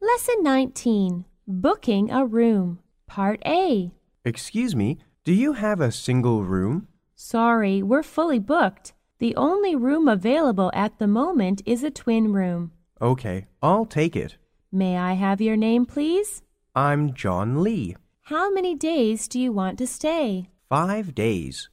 Lesson 19 Booking a Room, Part A. Excuse me, do you have a single room? Sorry, we're fully booked. The only room available at the moment is a twin room. Okay, I'll take it. May I have your name, please? I'm John Lee. How many days do you want to stay? Five days.